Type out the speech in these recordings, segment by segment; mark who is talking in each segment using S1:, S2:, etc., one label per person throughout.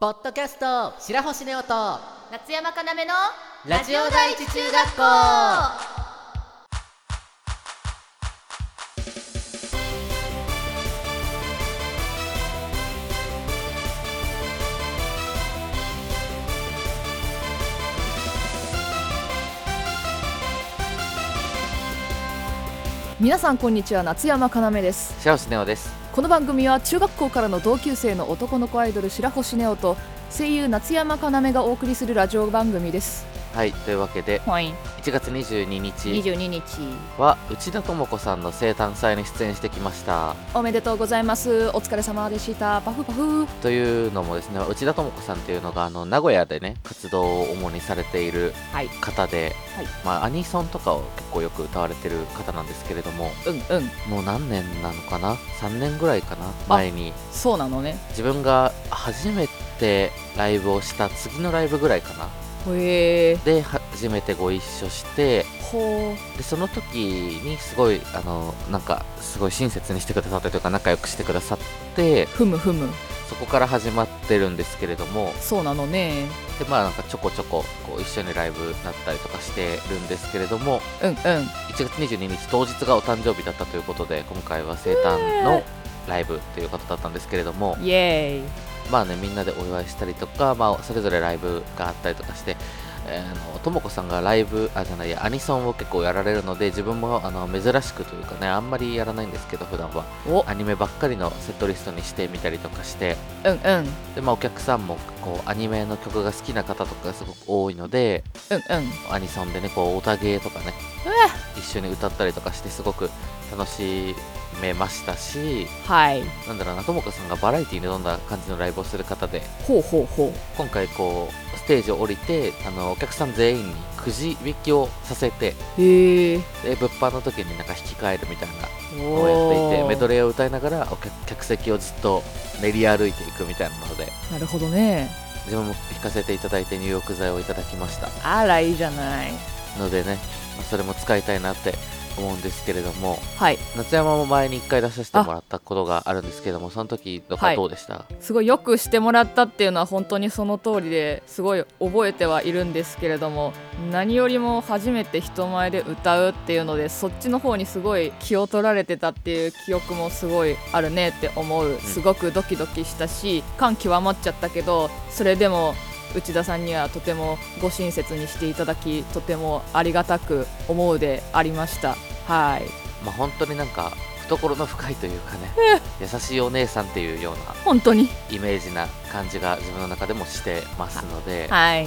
S1: ポッドキャスト白星ネオと
S2: 夏山かなめの
S1: ラジオ第一中学校
S3: 皆さんこんにちは夏山かなめです
S4: 白星ネオです
S3: この番組は中学校からの同級生の男の子アイドル白星ネオと声優夏山かなめがお送りするラジオ番組です
S4: はいというわけで
S3: はい
S4: 1月22日
S3: 22日
S4: は内田智子さんの生誕祭に出演してきました
S3: おめでとうございますお疲れ様でしたパフパフ
S4: というのもですね内田智子さんというのがあの名古屋でね活動を主にされている
S3: はい
S4: 方で、
S3: はい
S4: まあ、アニソンとかを結構よく歌われてる方なんですけれども
S3: うんうん
S4: もう何年なのかな3年ぐらいかな前に
S3: そうなのね
S4: 自分が初めてライブをした次のライブぐらいかな
S3: へえ
S4: で初めてご一緒して
S3: ほ
S4: でその時にすごいあのなんかすごい親切にしてくださったりとか仲良くしてくださって
S3: うふむふむ
S4: そこから始まってるんですけれども
S3: そうなのね
S4: でまあなんかちょこちょここう一緒にライブだったりとかしてるんですけれども
S3: うんうん
S4: 1月22日当日がお誕生日だったということで今回は生誕のライブということだったんですけれども
S3: イエーイ
S4: まあねみんなでお祝いしたりとか、まあ、それぞれライブがあったりとかして。えーあのともこさんがライブあじゃないやアニソンを結構やられるので自分もあの珍しくというかねあんまりやらないんですけど普段は
S3: お
S4: アニメばっかりのセットリストにしてみたりとかして
S3: うんうんうんうん
S4: で、まあ、お客さんもこうアニメの曲が好きな方とかがすごく多いのでアニソンでねこうオタゲーとかね
S3: うわ
S4: 一緒に歌ったりとかしてすごく楽しめましたし
S3: はい
S4: なんだろうなともこさんがバラエティーにどんな感じのライブをする方で
S3: ほうほうほう
S4: 今回こうステージを降りてあのお客さん全員にくじ引きをさせて
S3: へえ
S4: で物販の時になんか引き換えるみたいなの
S3: お
S4: をやっていてメド
S3: レ
S4: レーを歌いながらお客客席をずっと練り歩いていくみたいなので
S3: ーなるほどね
S4: 自分も弾かせていただいて入浴剤をいただきました
S3: あらいいじゃない
S4: のでねまあそれも使いたいなって思うんですけれども
S3: はい
S4: 夏山も前に1回出させてもらったことがあるんですけどもその時と
S3: は
S4: か
S3: い
S4: どうでした、
S3: すごいよくしてもらったっていうのは本当にその通りですごい覚えてはいるんですけれども何よりも初めて人前で歌うっていうのでそっちの方にすごい気を取られてたっていう記憶もすごいあるねって思うすごくドキドキしたし感極まっちゃったけどそれでも内田さんにはとてもご親切にしていただきとてもありがたく思うでありましたはい
S4: まあ、本当になんか懐の深いというかね優しいお姉さんっていうような
S3: 本当に
S4: イメージな感じが自分の中でもしてますので、
S3: はい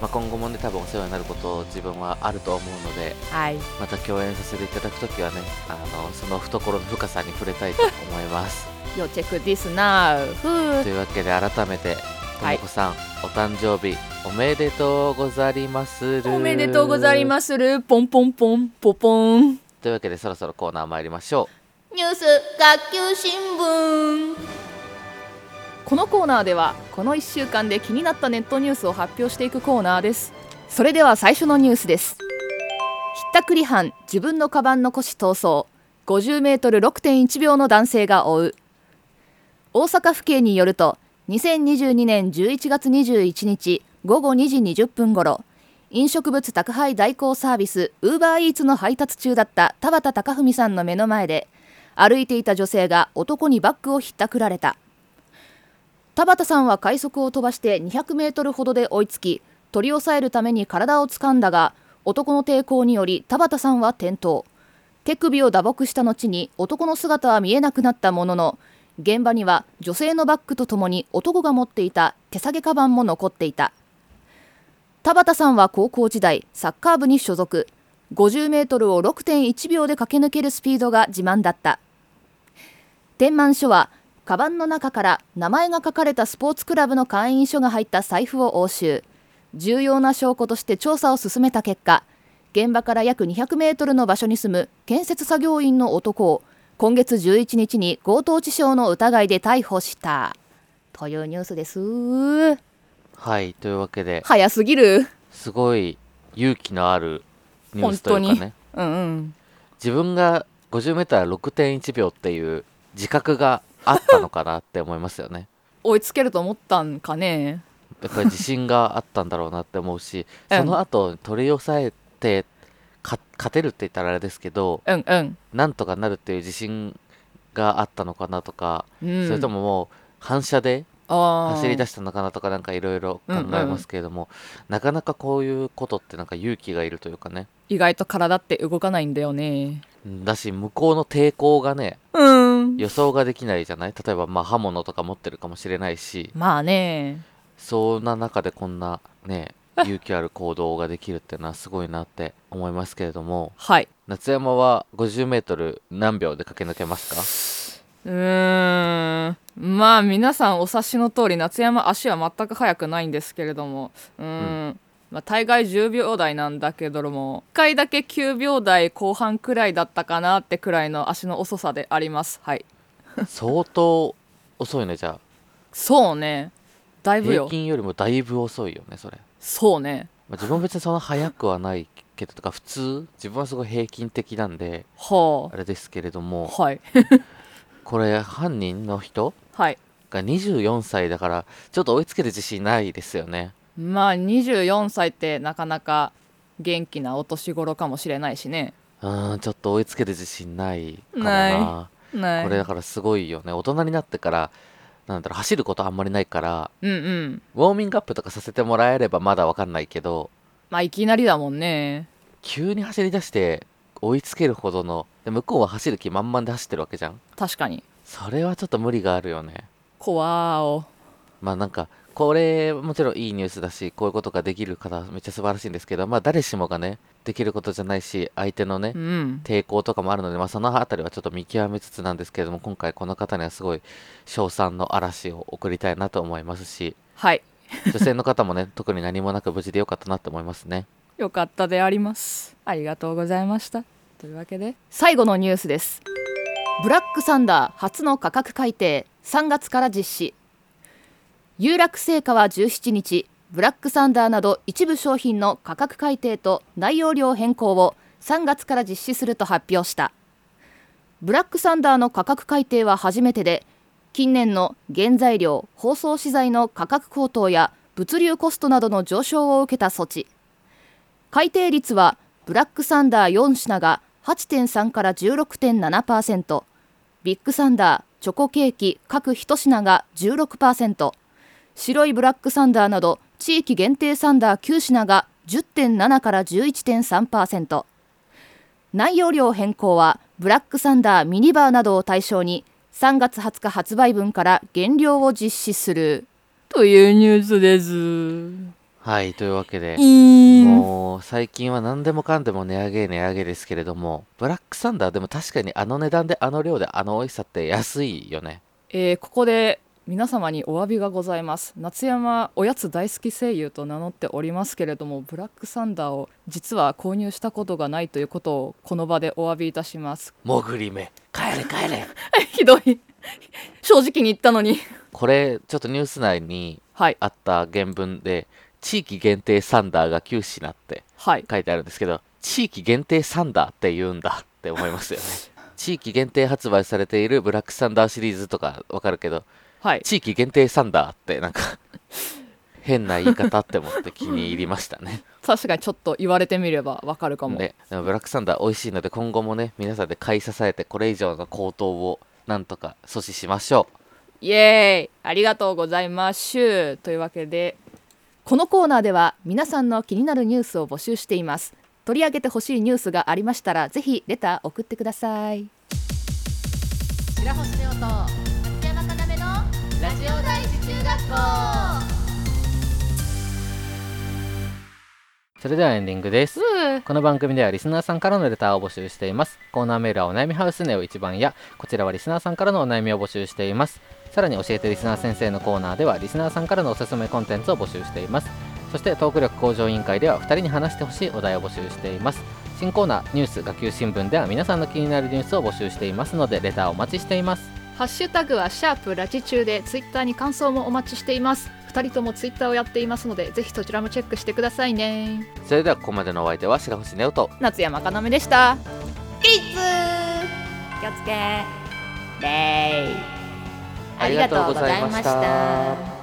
S4: まあ、今後もね多分お世話になること自分はあると思うので
S3: はい
S4: また共演させていただく時はねあのその懐の深さに触れたいと思います
S3: 要チェック this now ふー
S4: というわけで改めてと
S3: はい
S4: もこさん、お誕生日おめでとうござりまする
S3: おめでとうございまするポンポンポンポポン
S4: というわけでそろそろコーナー参りましょ
S2: ニュース学級新聞
S3: このコーナーではこの1週間で気になったネットニュースを発表していくコーナーですそれでは最初のニュースですひったくり犯自分のカバン残し逃走50メートル6.1秒の男性が追う大阪府警によると2022年11月21日午後2時20分ごろ飲食物宅配代行サービスウーバーイーツの配達中だった田畑隆文さんの目の前で歩いていた女性が男にバッグをひったくられた田畑さんは快速を飛ばして200メートルほどで追いつき取り押さえるために体を掴んだが男の抵抗により田畑さんは転倒手首を打撲した後に男の姿は見えなくなったものの現場には女性のバッグとともに男が持っていた手提げカバンも残っていた田畑さんは高校時代サッカー部に所属50メートルを6.1秒で駆け抜けるスピードが自慢だった天満署はカバンの中から名前が書かれたスポーツクラブの会員証が入った財布を押収重要な証拠として調査を進めた結果現場から約200メートルの場所に住む建設作業員の男を今月11日に強盗致傷の疑いで逮捕したというニュースです
S4: うはいというわけで
S3: 早すぎる
S4: すごい勇気のあるニュースというか
S3: 本当
S4: ね
S3: うんうん
S4: 自分が 50m6.1 秒っていう自覚があったのかなって思いますよね
S3: 追いつけると思ったんかね
S4: やっぱり自信があったんだろうなって思うし
S3: うん
S4: その後取り押さえてか勝てるって言ったらあれですけど
S3: うんうん
S4: なんとかなるっていう自信があったのかなとか、
S3: うん
S4: それとももう反射で走
S3: 走
S4: り出したのかなとかなんかいろいろ考えますけれども、なかなかこういうことってなんか勇気がいるというかね
S3: 意外と体って動かないんだよね
S4: だし向こうの抵抗がね
S3: うん
S4: 予想ができないじゃない例えばまあ刃物とか持ってるかもしれないし
S3: まあね
S4: そんな中でこんな ね勇気ある行動ができるっていうのはすごいなって思いますけれども
S3: はい
S4: 夏山は 50m 何秒で駆け抜けますか
S3: うーんまあ皆さんお察しの通り夏山足は全く速くないんですけれどもうーん、まあ、大概10秒台なんだけども1回だけ9秒台後半くらいだったかなってくらいの足の遅さでありますはい
S4: 相当遅いねじゃあ
S3: そうねだいぶ
S4: 平
S3: よ
S4: 均よりもだいぶ遅いよねそれ
S3: そうね
S4: まあ自分は別にそんな速くはないけどとか普通自分はすごい平均的なんで
S3: は
S4: あれですけれど
S3: あ
S4: も
S3: はい
S4: これ犯人の人
S3: はい
S4: が24歳だからちょっと追いつける自信ないですよね
S3: まあ24歳ってなかなか元気なお年頃かもしれないしね
S4: うーんちょっと追いつける自信ないかも
S3: な
S4: な
S3: な
S4: これだからすごいよね大人になってからなんだろう走ることあんまりないから
S3: うんうん
S4: ウォーミングアップとかさせてもらえればまだわかんないけど
S3: まあいきなりだもんね
S4: 急に走り出して追いつけるほどので向こうは走る気満々で走ってるわけじゃん
S3: 確かに
S4: それはちょっと無理があるよね
S3: 怖お
S4: まあなんかこれもちろんいいニュースだしこういうことができる方めっちゃ素晴らしいんですけどまあ誰しもがねできることじゃないし相手のね
S3: うん
S4: 抵抗とかもあるので、まあ、その辺りはちょっと見極めつつなんですけれども今回この方にはすごい称賛の嵐を送りたいなと思いますし
S3: はい
S4: 女性の方もね 特に何もなく無事でよかったなと思いますね
S3: よかったでありますありがとうございましたというわけで最後のニュースですブラックサンダー初の価格改定3月から実施有楽製菓は17日ブラックサンダーなど一部商品の価格改定と内容量変更を3月から実施すると発表したブラックサンダーの価格改定は初めてで近年の原材料包装資材の価格高騰や物流コストなどの上昇を受けた措置改定率はブラックサンダー4品が8.3から16.7%ビッグサンダーチョコケーキ各1品が16%白いブラックサンダーなど地域限定サンダー9品が10.7から11.3%内容量変更はブラックサンダーミニバーなどを対象に3月20日発売分から減量を実施するというニュースです。
S4: はいというわけで
S3: も
S4: もう最近は何でもかんでも値上げ値上げですけれどもブラックサンダーでも確かにあの値段であの量であの美味しさって安いよね
S3: えーここで皆様にお詫びがございます夏山おやつ大好き声優と名乗っておりますけれどもブラックサンダーを実は購入したことがないということをこの場でお詫びいたします
S4: もぐりめ帰れ帰れ
S3: ひどい 正直に言ったのに
S4: これちょっとニュース内に
S3: はい
S4: あった原文で地域限定サンダーが9品って
S3: はい
S4: 書いてあるんですけど地域限定サンダーって言うんだって思いま すよね地域限定発売されているブラックサンダーシリーズとかわかるけど
S3: はい
S4: 地域限定サンダーってな んか変な言い方って思って気に入りました ね
S3: 確かにちょっと言われてみればわかるかも、
S4: ででもブラックサンダー美味しいので今後もね皆さんで買い支えてこれ以上の高騰をなんとか阻止しましょう
S3: イエーイありがとうございますシューというわけでこのコーナーでは皆さんの気になるニュースを募集しています取り上げてほしいニュースがありましたらぜひレター送ってください
S1: 白星ネオと
S2: 夏山かなめの
S1: ラジオ第一中学校
S5: それではエンディングですこの番組ではリスナーさんからのレターを募集していますコーナーメールはお悩みハウスネオ一番やこちらはリスナーさんからのお悩みを募集していますさらに教えてリスナー先生のコーナーではリスナーさんからのおすすめコンテンツを募集していますそしてトーク力向上委員会では2人に話してほしいお題を募集しています新コーナーニュース学級新聞では皆さんの気になるニュースを募集していますのでレターをお待ちしています
S6: ハッシュタグはシャープラジ中でツイッターに感想もお待ちしています。二人ともツイッターをやっていますので、ぜひそちらもチェックしてくださいね。
S4: それではここまでのお相手は白星ネオと
S3: 夏山かなめでした
S2: キッズ気をつけレイ
S4: ありがとうございました。